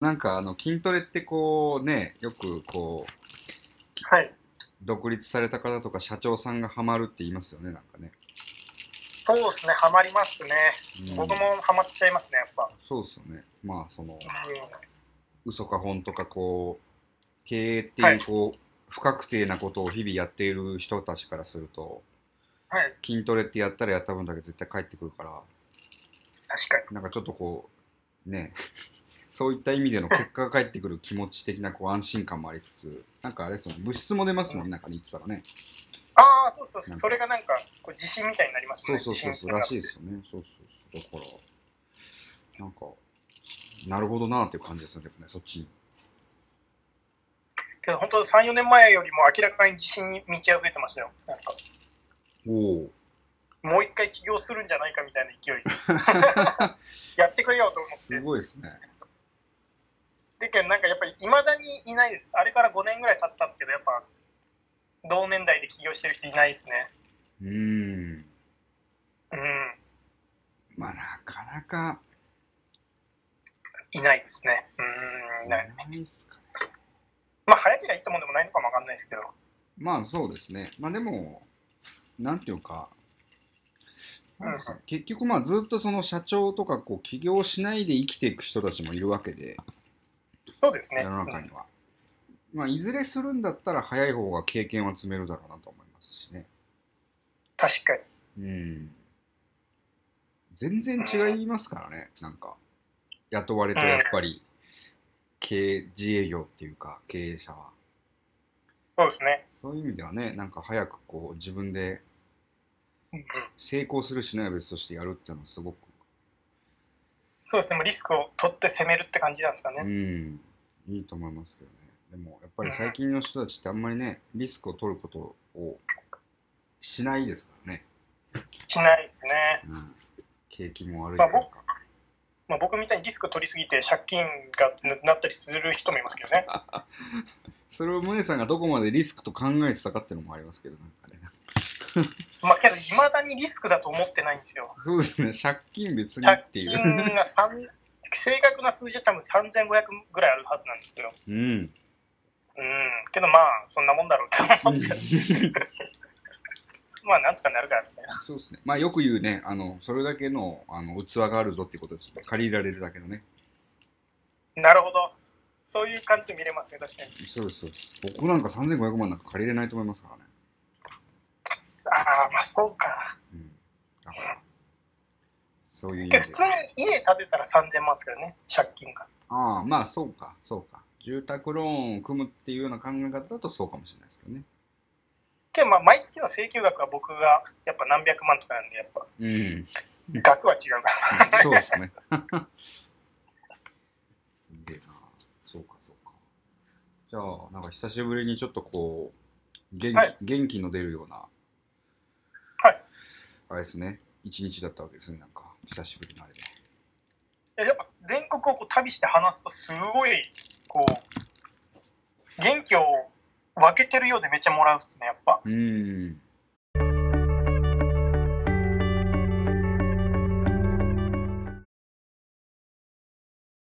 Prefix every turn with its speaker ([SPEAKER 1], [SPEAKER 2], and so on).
[SPEAKER 1] なんかあの筋トレってこうね、よくこう、
[SPEAKER 2] はい。
[SPEAKER 1] 独立された方とか社長さんがハマるって言いますよね、なんかね。
[SPEAKER 2] そうですね、ハマりますね。
[SPEAKER 1] うん
[SPEAKER 2] 僕もハマっちゃいますね、やっぱ。
[SPEAKER 1] そうですよね。まあ、その、
[SPEAKER 2] う
[SPEAKER 1] 嘘か本とかこう、経営って
[SPEAKER 2] は
[SPEAKER 1] いう
[SPEAKER 2] い
[SPEAKER 1] こう、不確定なことを日々やっている人たちからすると、
[SPEAKER 2] ん。はい、
[SPEAKER 1] 筋トレってやったらやった分だけ絶対返ってくるから、
[SPEAKER 2] 確かに。
[SPEAKER 1] なんかちょっとこう、ね、 そういった意味での結果が返ってくる気持ち的なこう安心感もありつつ、なんかあれですよね、物質も出ますもんね、なんかね言ってたらね。
[SPEAKER 2] ああ、そうそう
[SPEAKER 1] な
[SPEAKER 2] そ
[SPEAKER 1] ん
[SPEAKER 2] う。
[SPEAKER 1] か
[SPEAKER 2] それがなんか、こう自信みたいになります
[SPEAKER 1] そ
[SPEAKER 2] もん
[SPEAKER 1] う
[SPEAKER 2] ね。
[SPEAKER 1] そうそうそう、ら
[SPEAKER 2] 自
[SPEAKER 1] しい
[SPEAKER 2] 信
[SPEAKER 1] ですよね。そうそうそう。だから、なんか、なるほどなっていう感じですよね、でもねそっちに。
[SPEAKER 2] つけど、本当3、4年前よりも明らかに自信に満ち溢れてましたよ。なんか、
[SPEAKER 1] おお。
[SPEAKER 2] もう一回起業するんじゃないかみたいな勢い で。やってくれよと思って。
[SPEAKER 1] すごいですね。
[SPEAKER 2] でけどなんかやっぱりいまだにいないですあれから5年ぐらい経ったんですけどやっぱ同年代で起業してる人いないですね
[SPEAKER 1] うーん。
[SPEAKER 2] うん
[SPEAKER 1] まあ、なかなか、
[SPEAKER 2] いないですねうんいない
[SPEAKER 1] ないっすかね。
[SPEAKER 2] まあ早けりゃいいってもんでもないのかもわかんないですけど
[SPEAKER 1] まあ、そうですね。まあ、でも、なんていうか、なんかさ結局、まあ、ずっとその社長とか、こう、起業しないで生きていく人たちもいるわけで、
[SPEAKER 2] そうですね
[SPEAKER 1] 世の中には。まあ、いずれするんだったら、早い方が経験は積めるだろうなと思いますしね。
[SPEAKER 2] 確かに
[SPEAKER 1] うん全然違いますからね、なんか雇われとやっぱり経営自営業っていうか経営者は
[SPEAKER 2] そうですね
[SPEAKER 1] そういう意味ではねなんか早くこう自分で
[SPEAKER 2] うんうん
[SPEAKER 1] 成功するしないは別としてやるっていうのはすごく
[SPEAKER 2] そうですねもうリスクを取って攻めるって感じなんですかね、
[SPEAKER 1] うんいいと思いますけどねでもやっぱり最近の人たちってあんまりねリスクを取ることをしないですからね、
[SPEAKER 2] しないですね、
[SPEAKER 1] うん、景気も悪いという
[SPEAKER 2] まあ
[SPEAKER 1] か
[SPEAKER 2] まあ、僕みたいにリスク取りすぎて借金がななったりする人もいますけどね
[SPEAKER 1] それをムネさんがどこまでリスクと考えてたかっていうのもありますけどなんかね
[SPEAKER 2] まあけどいまだにリスクだと思ってないんですよ
[SPEAKER 1] そうですね、借金別に
[SPEAKER 2] 借
[SPEAKER 1] ってい
[SPEAKER 2] 金
[SPEAKER 1] う。
[SPEAKER 2] が3正確な数字は多分3500ぐらいあるはずなんですよ。
[SPEAKER 1] うん。
[SPEAKER 2] うん。けどまあ、そんなもんだろうって思って、 まあ、なんとかなるかみたいな。
[SPEAKER 1] そうですね。まあよく言うね、あの、それだけのあの器があるぞっていうことですね。借りられるだけのね。
[SPEAKER 2] なるほど。そういう感じで見れますね、確かに。
[SPEAKER 1] そうです、そうです。僕なんか3500万なんか借りれないと思いますからね。
[SPEAKER 2] ああ、まあそうか。
[SPEAKER 1] うん。だから、そういう意味
[SPEAKER 2] け
[SPEAKER 1] で
[SPEAKER 2] ど 普。通に家建てたら3000万ですけどね、借金が。
[SPEAKER 1] ああ、まあそうか、そうか。住宅ローンを組むっていうような考え方だとそうかもしれないですけどね。
[SPEAKER 2] けどまあ、毎月の請求額は僕がやっぱ何百万とかなんで、やっぱ、
[SPEAKER 1] うん。
[SPEAKER 2] 額は違うから。
[SPEAKER 1] そうですね。でな、そうかそうか。じゃあ、なんか久しぶりにちょっとこう、元気,、
[SPEAKER 2] はい
[SPEAKER 1] 元気の出るような、
[SPEAKER 2] はい。
[SPEAKER 1] あれですね、一日だったわけですね、なんか、久しぶりのあれで。
[SPEAKER 2] やっぱ全国をこう旅して話すとすごいこう元気を分けてるようでめっちゃもらうっすねやっぱ
[SPEAKER 1] うーん。